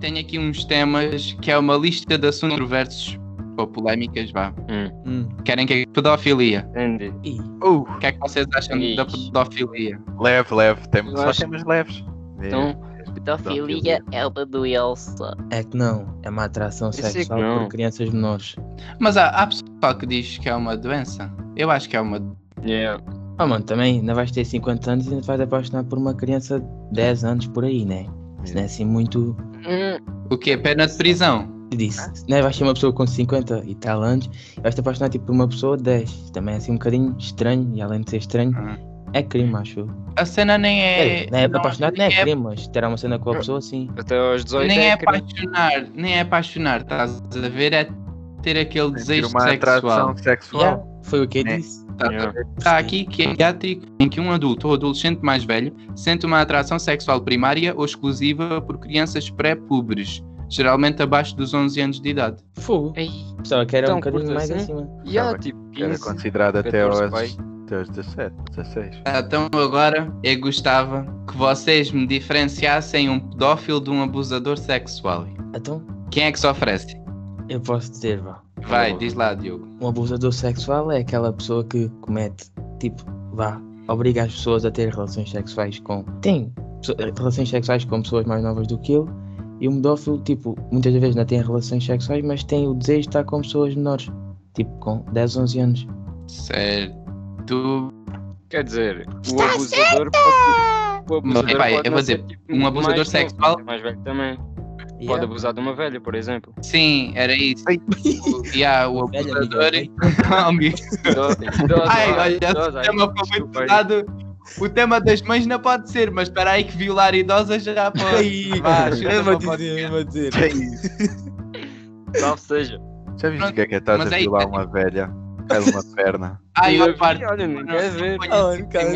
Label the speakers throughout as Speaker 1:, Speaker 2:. Speaker 1: tenho aqui uns temas que é uma lista de assuntos controversos ou polémicas, vá.
Speaker 2: Hum,
Speaker 3: Hum.
Speaker 1: Querem que é pedofilia?
Speaker 2: entendi.
Speaker 3: Ih,
Speaker 4: Uh,
Speaker 1: O que é que vocês acham
Speaker 2: Ixi.
Speaker 1: da pedofilia?
Speaker 4: leve, leve. Temos,
Speaker 2: Eu
Speaker 4: só É,
Speaker 2: acho-
Speaker 4: temas leves.
Speaker 2: Então,
Speaker 5: Pedofilia é uma doença.
Speaker 3: É que não, é uma atração
Speaker 2: sei que
Speaker 3: sexual
Speaker 2: não.
Speaker 3: por crianças menores.
Speaker 1: Mas há, há pessoal que diz que é uma doença. Eu acho que é uma.
Speaker 2: yeah.
Speaker 3: Ah, mano, também ainda vais ter 50 anos e ainda te vais apaixonar por uma criança de 10 anos por aí, né? Isso não é assim muito.
Speaker 2: Hum,
Speaker 1: O quê? Pena de prisão?
Speaker 3: te Disse, né? Vais ter uma pessoa com 50 e tal anos e vais te apaixonar tipo por uma pessoa de 10. Também é assim um bocadinho estranho e além de ser estranho,
Speaker 1: Ah.
Speaker 3: é crime, acho. eu.
Speaker 1: A cena nem é.
Speaker 3: É, não é
Speaker 1: não-
Speaker 3: apaixonado, não é
Speaker 1: nem é-
Speaker 3: crime, mas terá uma cena com a pessoa assim.
Speaker 2: Até aos 18
Speaker 1: nem é
Speaker 2: crime.
Speaker 1: apaixonar, nem é apaixonar, estás a ver? É ter aquele
Speaker 4: Ter
Speaker 1: desejo
Speaker 4: uma
Speaker 1: sexual.
Speaker 4: atração sexual.
Speaker 3: Yeah, foi o que eu
Speaker 4: É.
Speaker 3: disse.
Speaker 1: Tá,
Speaker 2: Yeah.
Speaker 1: Está aqui que é psiquiátrico em que um adulto ou adolescente mais velho sente uma atração sexual primária ou exclusiva por crianças pré-pubres, geralmente abaixo dos 11 anos de idade.
Speaker 3: Fogo.
Speaker 2: Ei,
Speaker 3: Pessoal, que era
Speaker 2: Então,
Speaker 3: um bocadinho
Speaker 2: curto
Speaker 3: mais
Speaker 2: assim?
Speaker 3: acima.
Speaker 2: yeah,
Speaker 4: bem.
Speaker 2: tipo
Speaker 4: Que era
Speaker 2: 15.
Speaker 4: considerado até
Speaker 2: 14
Speaker 4: aos,
Speaker 2: pai.
Speaker 4: até aos 17, 16.
Speaker 1: Ah, Então agora eu gostava que vocês me diferenciassem um pedófilo de um abusador sexual.
Speaker 3: Então,
Speaker 1: Quem é que se oferece?
Speaker 3: eu posso dizer, vá.
Speaker 1: Vai,
Speaker 2: Diogo.
Speaker 1: diz lá, Diogo.
Speaker 3: Um abusador sexual é aquela pessoa que comete, tipo, vá, obriga as pessoas a ter relações sexuais com. Tem pesso- eh, relações sexuais com pessoas mais novas do que ele. E o medófilo, tipo, muitas vezes não tem relações sexuais, mas tem o desejo de estar com pessoas menores. Tipo, com 10, 11 anos.
Speaker 1: Certo.
Speaker 2: Quer dizer, o abusador pode. O abusador
Speaker 1: Epá, eu
Speaker 2: pode
Speaker 1: vou
Speaker 2: não
Speaker 1: dizer,
Speaker 2: ser, tipo,
Speaker 1: um abusador
Speaker 2: mais novo,
Speaker 1: sexual-
Speaker 2: pode ser Mais velho também. Pode
Speaker 3: Yeah.
Speaker 2: abusar de uma velha, por exemplo.
Speaker 1: Sim, era isso.
Speaker 4: Ai.
Speaker 1: O- yeah, o
Speaker 3: um Velho,
Speaker 1: abusador.
Speaker 3: amigo,
Speaker 1: Amigo.
Speaker 2: Idosa, idosa,
Speaker 1: Ai,
Speaker 2: ai,
Speaker 1: olha,
Speaker 2: idosa,
Speaker 1: o
Speaker 2: ai,
Speaker 1: tema foi muito
Speaker 2: desculpa aí.
Speaker 1: pesado. O tema das mães não pode ser, mas espera aí que violar idosas já pode. Vá, chuta para o podcast.
Speaker 3: mesmo a dizer.
Speaker 2: Salve seja.
Speaker 4: Já viste o que é que é? Estás
Speaker 1: Mas
Speaker 4: a
Speaker 1: aí-
Speaker 4: violar uma velha? É uma perna.
Speaker 1: Ai, olha,
Speaker 2: vi,
Speaker 1: parte.
Speaker 2: olha, não quer ver.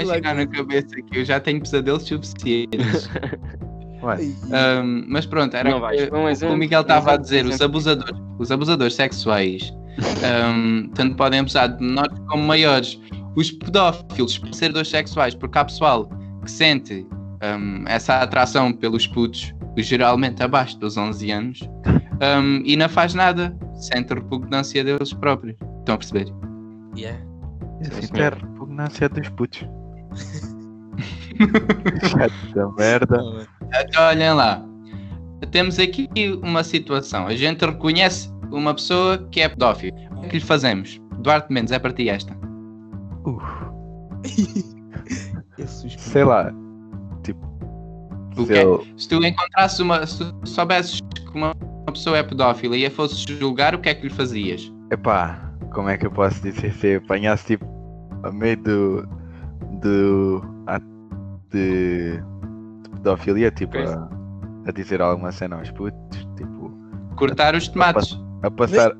Speaker 1: Imaginar na cabeça que eu já tenho pesadelos suficientes.
Speaker 4: Ué,
Speaker 1: Ahm, mas pronto, era
Speaker 2: Não vais.
Speaker 1: o
Speaker 2: Um
Speaker 1: que
Speaker 2: exemplo.
Speaker 1: o Miguel
Speaker 2: um
Speaker 1: estava a
Speaker 2: exemplo,
Speaker 1: dizer.
Speaker 2: um
Speaker 1: Os
Speaker 2: exemplo.
Speaker 1: abusadores, os abusadores sexuais ahm, tanto podem abusar de menores como maiores. Os pedófilos, parceiros sexuais, porque há pessoal que sente ahm, essa atração pelos putos, geralmente abaixo dos 11 anos, ahm, e não faz nada, sente repugnância deles próprios. Estão a perceber?
Speaker 3: Yeah.
Speaker 4: assim
Speaker 2: senhor.
Speaker 4: ter repugnância dos putos. Chato da merda.
Speaker 3: Não, mano.
Speaker 1: Então, olhem lá. Temos aqui uma situação. A gente reconhece uma pessoa que é pedófilo. O que é que lhe fazemos? Duarte Mendes, é para ti esta.
Speaker 4: Uf,
Speaker 3: Eu suspeito.
Speaker 4: sei lá. Tipo,
Speaker 1: O
Speaker 4: se
Speaker 1: quê?
Speaker 4: eu-
Speaker 1: Se tu encontrasses uma. Se tu soubesses que uma, uma pessoa é pedófila e a fosses julgar, o que é que lhe fazias?
Speaker 4: Epá, como é que eu posso dizer se eu apanhasse tipo a meio do. do. a- de. de pedofilia, tipo a, a dizer alguma cena aos putos, tipo.
Speaker 1: Cortar os tomates.
Speaker 4: A passar,
Speaker 3: Que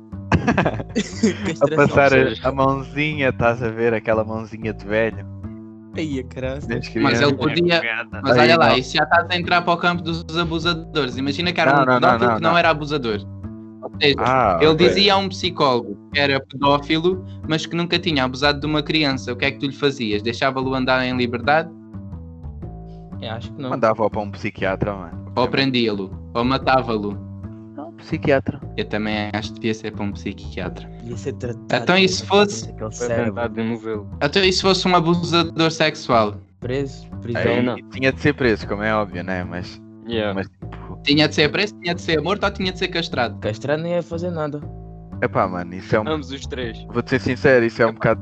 Speaker 4: a,
Speaker 3: estressante.
Speaker 4: passar
Speaker 2: seja.
Speaker 4: a mãozinha, estás a ver aquela mãozinha de velho
Speaker 3: Ai, a caralho.
Speaker 4: das
Speaker 1: Mas ele
Speaker 4: crianças.
Speaker 1: podia. Mas
Speaker 4: Aí,
Speaker 1: olha lá,
Speaker 4: não.
Speaker 1: isso já estás a entrar para o campo dos abusadores. Imagina que era
Speaker 4: Não,
Speaker 1: um
Speaker 4: não, não,
Speaker 1: pedófilo
Speaker 4: não,
Speaker 1: que não,
Speaker 4: não.
Speaker 1: era abusador. Ou seja,
Speaker 4: Ah,
Speaker 1: Ele
Speaker 4: ok.
Speaker 1: dizia a um psicólogo que era pedófilo, mas que nunca tinha abusado de uma criança. O que é que tu lhe fazias? Deixava-lo andar em liberdade
Speaker 3: Eu acho que não.
Speaker 4: Mandava-o para um psiquiatra, mano.
Speaker 1: ou prendia-lo? Ou matava-lo?
Speaker 4: Não, psiquiatra.
Speaker 1: Eu também acho que devia ser para um psiquiatra.
Speaker 3: Ia ser tratado.
Speaker 1: Então, e se fosse-
Speaker 3: Aquele
Speaker 2: Foi
Speaker 3: cérebro
Speaker 2: tentado demovê-lo.
Speaker 1: Até e se fosse um abusador sexual?
Speaker 3: preso,
Speaker 4: Aí,
Speaker 1: Então
Speaker 3: prisão.
Speaker 2: não.
Speaker 4: Tinha de ser preso, como é óbvio, né? Mas.
Speaker 2: Yeah.
Speaker 4: mas tipo,
Speaker 1: Tinha de ser preso, tinha de ser morto ou tinha de ser castrado?
Speaker 3: Castrar nem ia fazer nada.
Speaker 4: epá, mano, isso é um
Speaker 2: Ambos os três.
Speaker 4: Vou te ser sincero, isso é um bocado.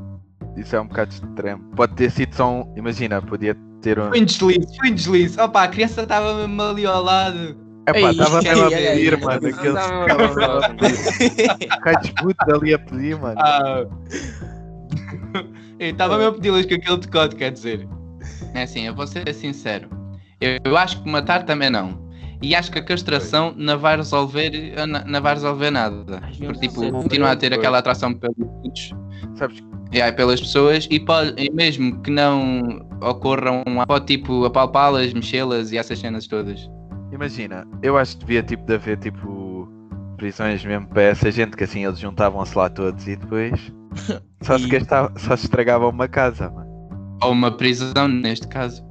Speaker 4: Isso é um bocado extremo. Pode ter sido só um. Imagina, podia ter um.
Speaker 1: Foi um deslize, foi um deslize. Opa, a criança estava mesmo ali ao lado.
Speaker 4: Epá,
Speaker 3: Ei,
Speaker 4: estava mesmo a
Speaker 3: ei, ei,
Speaker 4: pedir,
Speaker 3: ei,
Speaker 4: mano.
Speaker 3: ei,
Speaker 4: Aqueles
Speaker 2: Não, não, não, não, não.
Speaker 4: caras putos ali a pedir, mano.
Speaker 1: Ah. Estava mesmo a pedi-las com aquele decote, quer dizer. É assim, eu vou ser sincero. Eu, eu acho que matar também não. E acho que a castração não vai resolver, não, não vai resolver nada. Porque, tipo,
Speaker 3: Sim.
Speaker 1: continua a ter aquela atração pelos putos
Speaker 4: Sabes?
Speaker 1: é, pelas pessoas e, pode, e mesmo que não ocorram, pode tipo apalpá-las, mexê-las e essas cenas todas.
Speaker 4: Imagina, eu acho que devia tipo de haver tipo. Prisões mesmo para essa gente que assim eles juntavam-se lá todos e depois. Só se,
Speaker 3: E-
Speaker 4: gastava, só se estragava uma casa, mano.
Speaker 1: Ou uma prisão, neste caso.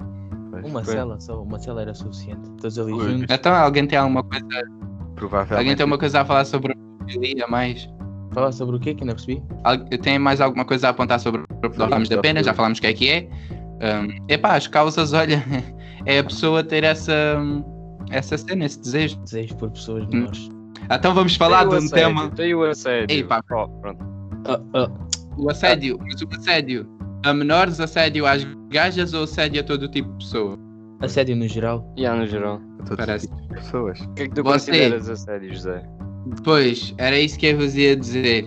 Speaker 4: Pois,
Speaker 3: Uma
Speaker 4: pois,
Speaker 3: cela só, uma cela era suficiente. Todos ali
Speaker 4: Pois.
Speaker 3: juntos,
Speaker 1: Então alguém tem alguma coisa,
Speaker 4: Provavelmente.
Speaker 1: alguém tem uma coisa a falar sobre a pedofilia mais?
Speaker 3: falar sobre o quê que ainda percebi?
Speaker 1: Al- Tem mais alguma coisa a apontar sobre a falámos da pena, já falámos o que é que é. Hum, epá, as causas, olha, é a pessoa ter essa, hum, essa cena, esse desejo.
Speaker 3: Desejo por pessoas menores.
Speaker 1: Então vamos falar
Speaker 2: Tem o
Speaker 1: de um
Speaker 2: assédio,
Speaker 1: tema.
Speaker 2: Tem o assédio.
Speaker 1: Ei, pá.
Speaker 2: Ó, pronto.
Speaker 3: Ah, ah,
Speaker 1: O assédio, mas o assédio. A menores assédio às gajas ou assédio a todo tipo de pessoa?
Speaker 3: assédio no geral.
Speaker 2: E há no geral.
Speaker 4: a todos
Speaker 1: Parece.
Speaker 4: os tipos de pessoas.
Speaker 2: O que é que tu
Speaker 1: Você.
Speaker 2: consideras assédio, José?
Speaker 1: Pois, era isso que eu vos ia dizer.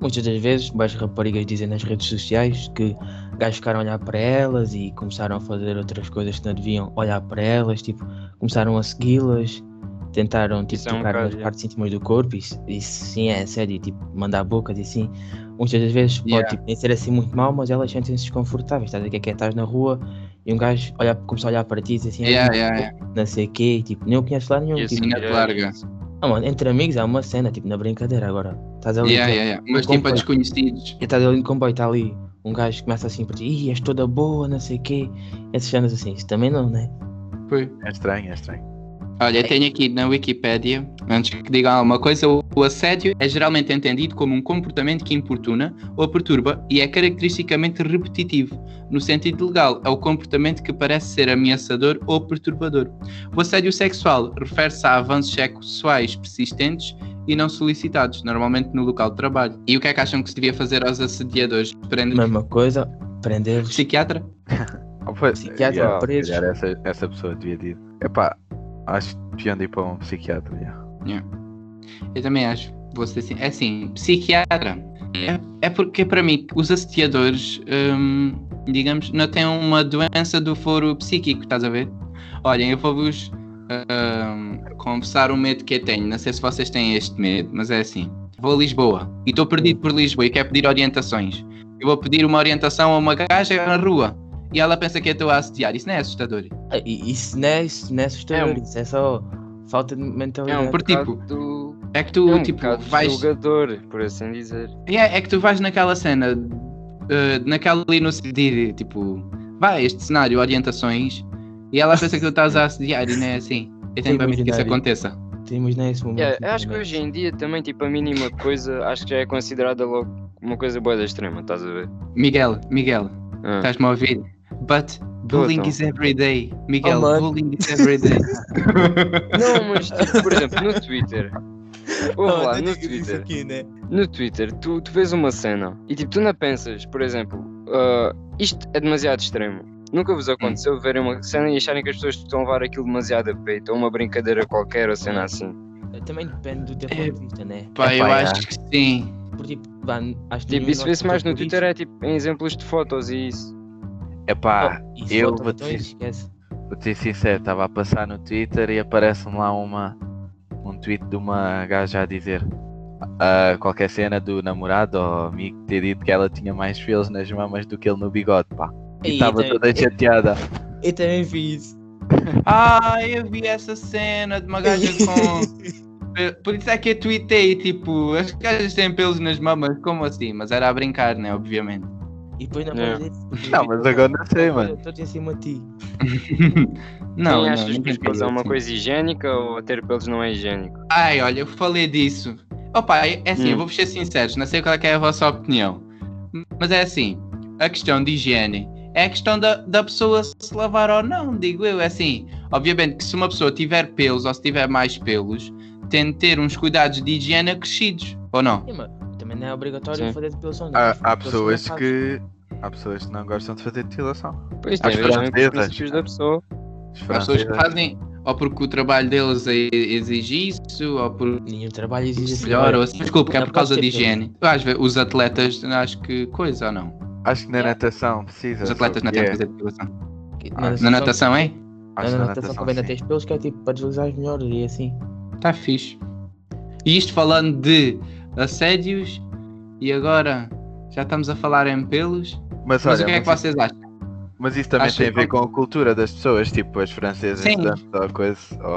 Speaker 3: Muitas das vezes, mais raparigas dizem nas redes sociais que gajos ficaram a olhar para elas e começaram a fazer outras coisas que não deviam olhar para elas, tipo, começaram a segui-las, tentaram tipo,
Speaker 2: Isso é um
Speaker 3: tocar nas
Speaker 2: caso, é.
Speaker 3: partes íntimas do corpo, isso, isso sim é assédio, tipo, mandar bocas e sim. Muitas das vezes pode
Speaker 1: Yeah.
Speaker 3: tipo, nem ser assim muito mal, mas elas sentem-se desconfortáveis, estás a ver que é que é, estás na rua e um gajo olha, começa a olhar para ti e diz assim,
Speaker 1: Yeah,
Speaker 3: "Ai,
Speaker 1: yeah, yeah.
Speaker 3: não sei o quê, e, tipo, nem o conheces lá nenhum,
Speaker 2: E assim,
Speaker 3: tipo,
Speaker 1: Sim, é larga.
Speaker 3: Ah, mano, entre amigos há uma cena, tipo, na brincadeira agora. Estás ali,
Speaker 1: Yeah,
Speaker 3: tá-
Speaker 1: yeah, yeah. Mas tipo a
Speaker 3: Concordo.
Speaker 1: desconhecidos.
Speaker 3: e estás ali no comboio, está ali um gajo começa assim por ti, ih, és toda boa, não sei o quê. Essas cenas assim, isso também não, né?
Speaker 1: Foi.
Speaker 4: É estranho, é estranho.
Speaker 1: Olha, eu tenho aqui na Wikipédia, antes que digam alguma coisa, o, o assédio é geralmente entendido como um comportamento que importuna ou perturba e é caracteristicamente repetitivo. No sentido legal, é o comportamento que parece ser ameaçador ou perturbador. O assédio sexual refere-se a avanços sexuais persistentes e não solicitados, normalmente no local de trabalho. E o que é que acham que se devia fazer aos assediadores? Prender
Speaker 3: Mesma coisa, prender-los.
Speaker 1: psiquiatra?
Speaker 4: Ah, pois,
Speaker 3: Psiquiatra,
Speaker 4: yeah, se
Speaker 3: presos.
Speaker 4: calhar Essa, essa pessoa devia de ir. Epá, acho que deviam de ir para um psiquiatra. yeah.
Speaker 1: Eu também acho. Vou ser assim. É assim, psiquiatra. É, é porque, para mim, os assediadores, hum, digamos, não têm uma doença do foro psíquico, estás a ver? Olhem, eu vou-vos hum, confessar o medo que eu tenho. Não sei se vocês têm este medo, mas é assim. Vou a Lisboa e estou perdido por Lisboa e quero pedir orientações. Eu vou pedir uma orientação a uma gaja na rua e ela pensa que eu estou a assediar. Isso não é assustador.
Speaker 3: Ah, e- Isso não é, isso não é assustador,
Speaker 2: É um-
Speaker 3: isso é só falta de mentalidade.
Speaker 1: É um por tipo,
Speaker 2: Do...
Speaker 1: é que tu,
Speaker 2: é um
Speaker 1: tipo,
Speaker 2: bocado
Speaker 1: vais.
Speaker 2: julgador, por assim dizer.
Speaker 1: Yeah, é que tu vais naquela cena, eh, naquela ali no CD, tipo, vai, este cenário, orientações, e ela pensa que tu estás a assediar e não é assim. Eu tenho
Speaker 3: Sim,
Speaker 1: para mim que isso
Speaker 3: imaginário.
Speaker 1: aconteça.
Speaker 3: Temos nesse momento.
Speaker 1: tipo,
Speaker 2: Yeah, É, acho que
Speaker 3: também.
Speaker 2: hoje em dia também, tipo, a mínima coisa, acho que já é considerada logo uma coisa boa da extrema, estás a ver?
Speaker 1: Miguel, Miguel,
Speaker 2: Ah.
Speaker 1: estás-me a ouvir? But bullying
Speaker 2: então.
Speaker 1: is every day. Miguel,
Speaker 3: Oh, mano.
Speaker 1: bullying is every day.
Speaker 2: Não, mas tipo, por exemplo, no Twitter. Ouve lá, no Twitter.
Speaker 3: aqui, né?
Speaker 2: No Twitter, tu, tu vês uma cena e tipo, tu não pensas, por exemplo, ah, isto é demasiado extremo. Nunca vos
Speaker 1: Hum.
Speaker 2: aconteceu verem uma cena e acharem que as pessoas estão a levar aquilo demasiado a peito, ou uma brincadeira qualquer, ou cena assim.
Speaker 3: Eh, Também depende do teu ponto de vista, né?
Speaker 1: Pá, eu
Speaker 4: Epá,
Speaker 1: acho
Speaker 2: é.
Speaker 1: que sim.
Speaker 3: Por tipo, vá, acho que
Speaker 2: Tipo,
Speaker 3: nenhum
Speaker 2: isso
Speaker 3: de nós
Speaker 2: vê-se mais
Speaker 3: passou
Speaker 2: no
Speaker 3: por
Speaker 2: Twitter,
Speaker 3: isso.
Speaker 2: é tipo em exemplos de fotos e isso.
Speaker 4: Epá,
Speaker 3: Oh, isso
Speaker 4: eu
Speaker 3: falta,
Speaker 4: vou
Speaker 3: então,
Speaker 4: dizer-
Speaker 3: esquece.
Speaker 1: Oh.
Speaker 4: Vou ser sincero, estava a passar no Twitter e aparece-me lá uma, um tweet de uma gaja a dizer ah, qualquer cena do namorado ou amigo ter dito que ela tinha mais fios nas mamas do que ele no bigode, pá. E
Speaker 3: Ei,
Speaker 4: estava
Speaker 3: eu
Speaker 4: toda
Speaker 3: também-
Speaker 4: chateada.
Speaker 3: então, eu- Eu também fiz isso.
Speaker 1: Ah, eu vi essa cena de uma gaja com. Por isso é que eu tweetei, tipo, as gajas têm pelos nas mamas, como assim? Mas era a brincar, né? Obviamente.
Speaker 3: E depois não
Speaker 2: É.
Speaker 3: podes dizer porque
Speaker 4: Não, mas agora não sei, mano.
Speaker 3: Estou em cima de ti.
Speaker 1: não,
Speaker 2: Quem
Speaker 1: não,
Speaker 2: achas que
Speaker 1: ninguém assim.
Speaker 2: os pelos é uma
Speaker 1: queria, sim.
Speaker 2: coisa higiênica ou ter pelos não é higiênico?
Speaker 1: Ai, olha, eu falei disso. Opa, é assim,
Speaker 2: Hum.
Speaker 1: eu vou ser sincero, não sei qual é, que é a vossa opinião. Mas é assim, a questão de higiene é a questão da, da pessoa se lavar ou não, digo eu. É assim, obviamente que se uma pessoa tiver pelos ou se tiver mais pelos, tem de ter uns cuidados de higiene acrescidos, ou não?
Speaker 3: Sim, mas também não é obrigatório
Speaker 2: Sim.
Speaker 3: fazer depilação. não.
Speaker 4: Há, há
Speaker 3: Depilação
Speaker 4: pessoas
Speaker 3: não faz.
Speaker 4: que. Há pessoas que não gostam de fazer depilação.
Speaker 2: Pois tem a ver
Speaker 4: Acho
Speaker 2: também com
Speaker 4: que
Speaker 2: os
Speaker 4: é
Speaker 2: princípios
Speaker 4: verdade.
Speaker 2: da pessoa.
Speaker 4: Os
Speaker 1: Há pessoas que
Speaker 4: franceses-
Speaker 1: fazem, ou porque o trabalho deles e- exige isso, ou por
Speaker 3: Nenhum trabalho exige assim.
Speaker 1: melhor,
Speaker 3: olha,
Speaker 1: ou assim. Desculpa, que é
Speaker 3: não
Speaker 1: por
Speaker 3: pode
Speaker 1: causa
Speaker 3: ser
Speaker 1: de
Speaker 3: pelo-
Speaker 1: higiene. Às vezes, os atletas, acho que coisa ou não?
Speaker 4: Acho que na natação precisa.
Speaker 1: Os atletas
Speaker 4: só
Speaker 1: não
Speaker 4: que
Speaker 1: têm de
Speaker 4: é-
Speaker 1: fazer depilação.
Speaker 3: que-
Speaker 4: Ah,
Speaker 1: Na natação, hein?
Speaker 4: Acho que
Speaker 3: Na natação convém não
Speaker 4: sim.
Speaker 3: teres pelos, que é tipo para deslizar melhor e assim.
Speaker 1: Tá fixe. E isto falando de assédios, e agora já estamos a falar em pelos. Mas
Speaker 4: Mas
Speaker 1: o
Speaker 4: olha,
Speaker 1: que é que
Speaker 4: mas,
Speaker 1: vocês acham?
Speaker 4: mas isso também
Speaker 1: acho
Speaker 4: tem a ver
Speaker 1: que-
Speaker 4: com a cultura das pessoas. Tipo, as francesas,
Speaker 1: Sim.
Speaker 4: tanto ou coisa, ou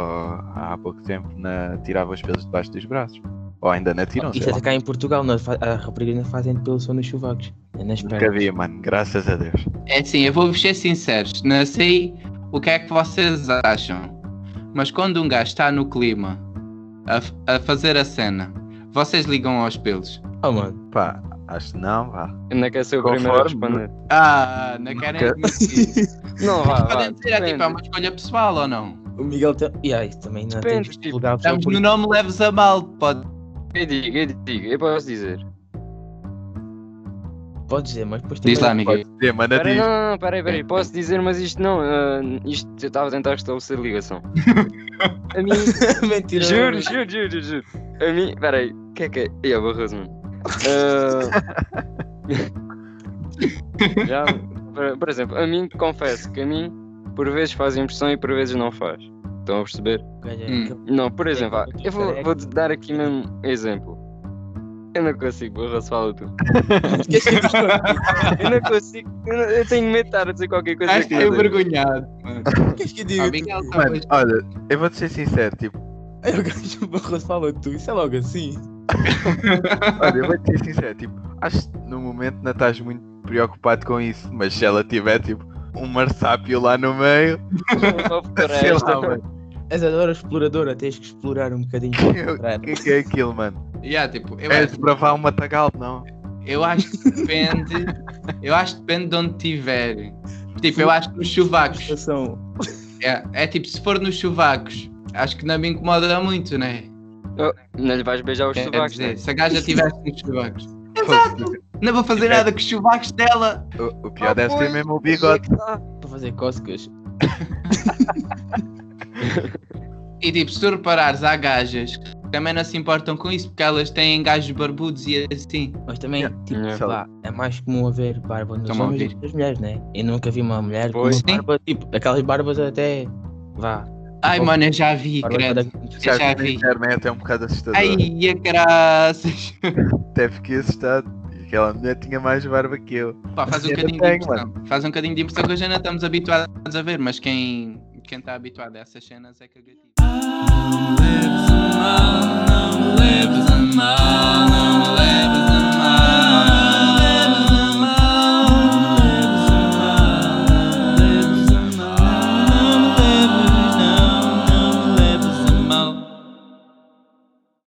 Speaker 4: há pouco tempo na... tiravam os pelos debaixo dos braços. Ou ainda não tiram, sei
Speaker 3: Isso é
Speaker 4: lá.
Speaker 3: até cá em Portugal, nós fa- as raparigas não fazem depilação nos chuvacos. É nas
Speaker 4: Nunca
Speaker 3: pernas.
Speaker 4: vi, mano. Graças a Deus.
Speaker 1: É assim, eu vou vos ser sincero, não sei o que é que vocês acham? Mas quando um gajo está no clima a, f- a fazer a cena, vocês ligam aos pelos.
Speaker 3: Oh, mano.
Speaker 4: Pá, acho que não, vá.
Speaker 2: Ainda quer ser o primeiro a
Speaker 4: Conforme-
Speaker 2: responder.
Speaker 1: Ah, não querem
Speaker 4: Nunca.
Speaker 1: admitir.
Speaker 2: Não, vá, vá.
Speaker 1: Podem dizer, é tipo, é
Speaker 2: Depende.
Speaker 1: uma escolha pessoal ou não?
Speaker 3: O Miguel tem. E aí, também não
Speaker 2: Depende,
Speaker 3: temos que
Speaker 2: tipo,
Speaker 3: divulgar a pessoa
Speaker 1: Estamos
Speaker 3: por
Speaker 1: no nome leves a mal, pode.
Speaker 2: Eu digo, eu digo, eu posso dizer.
Speaker 3: Pode dizer, mas depois
Speaker 1: Diz lá,
Speaker 3: também.
Speaker 1: Miguel.
Speaker 4: Pode ser, manda
Speaker 2: Peraí, não,
Speaker 4: diz.
Speaker 2: não, não, peraí,
Speaker 1: É.
Speaker 2: peraí, posso dizer, mas isto não, ah, isto eu estava a tentar estabelecer ligação. A mim,
Speaker 3: Mentira.
Speaker 2: juro, juro, juro, juro, juro. A mim, peraí, o que é que é? Ih, a Barroso, mano. Ah, Já, por, por exemplo, a mim, confesso que a mim, por vezes faz impressão e por vezes não faz. Estão a perceber?
Speaker 3: é
Speaker 1: Hum.
Speaker 2: Não, por exemplo, ah, eu vou,
Speaker 3: Careca.
Speaker 2: vou dar aqui mesmo exemplo. Eu não consigo, Barroso, fala tu. Eu não consigo, eu, não- eu tenho medo de estar a dizer qualquer coisa
Speaker 1: Acho que
Speaker 2: que
Speaker 1: é
Speaker 2: eu digo.
Speaker 1: envergonhado, mano.
Speaker 3: Queres que eu
Speaker 1: Ah,
Speaker 3: diga?
Speaker 1: Miguel,
Speaker 3: tudo?
Speaker 4: Mano, olha, eu vou-te ser sincero, tipo,
Speaker 3: Aí o gajo Barroso fala tu, isso é logo assim.
Speaker 4: olha, eu vou-te ser sincero, tipo, acho que no momento não estás muito preocupado com isso, mas se ela tiver, tipo, um marsápio lá no meio,
Speaker 2: Uma
Speaker 4: sei lá,
Speaker 2: floresta.
Speaker 4: mano,
Speaker 3: És adora exploradora, tens que explorar um bocadinho.
Speaker 4: o
Speaker 3: Claro.
Speaker 4: que, que é aquilo, mano?
Speaker 1: Yeah, tipo, eu,
Speaker 4: É
Speaker 1: acho,
Speaker 4: desbravar um matagal, não?
Speaker 1: eu acho que depende. eu acho que depende de onde tiver. Tipo, eu acho que nos chuvacos.
Speaker 3: Situação.
Speaker 1: É, é tipo, se for nos chuvacos, acho que não me incomoda muito, né?
Speaker 2: Não lhe vais beijar os
Speaker 1: Quer
Speaker 2: sovacos,
Speaker 1: dizer,
Speaker 2: né?
Speaker 1: se a gaja tivesse nos chuvacos. Exato! Não vou fazer nada com os chuvacos dela!
Speaker 4: O, o pior deve ser mesmo o bigode.
Speaker 3: Para fazer cócegas.
Speaker 1: E tipo, se tu reparares, há gajas que também não se importam com isso, porque elas têm gajos barbudos e assim.
Speaker 3: Mas também, tipo,
Speaker 2: Yeah.
Speaker 3: sei lá, é mais comum haver barba nos
Speaker 1: Toma a
Speaker 3: homens do
Speaker 1: ouvir.
Speaker 3: que nas mulheres, né? Eu nunca vi uma mulher
Speaker 2: Pois,
Speaker 3: com
Speaker 1: sim.
Speaker 3: uma barba, tipo, aquelas barbas até. Vá.
Speaker 1: Ai, mano, eu já vi,
Speaker 3: barba
Speaker 1: credo.
Speaker 3: cada-
Speaker 1: Eu já
Speaker 4: Já vi na
Speaker 1: vi.
Speaker 4: internet, é um bocado assustador.
Speaker 1: Ai, a graças.
Speaker 4: Até fiquei assustado. E Aquela mulher tinha mais barba que eu.
Speaker 1: Pá, faz um
Speaker 4: Eu
Speaker 1: bocadinho de
Speaker 4: tenho,
Speaker 1: impressão. Faz um bocadinho de impressão que hoje ainda estamos habituados a ver, mas quem quem está habituado a essas cenas é cagativo. Não me leves a mal, não me leves a mal, não me leves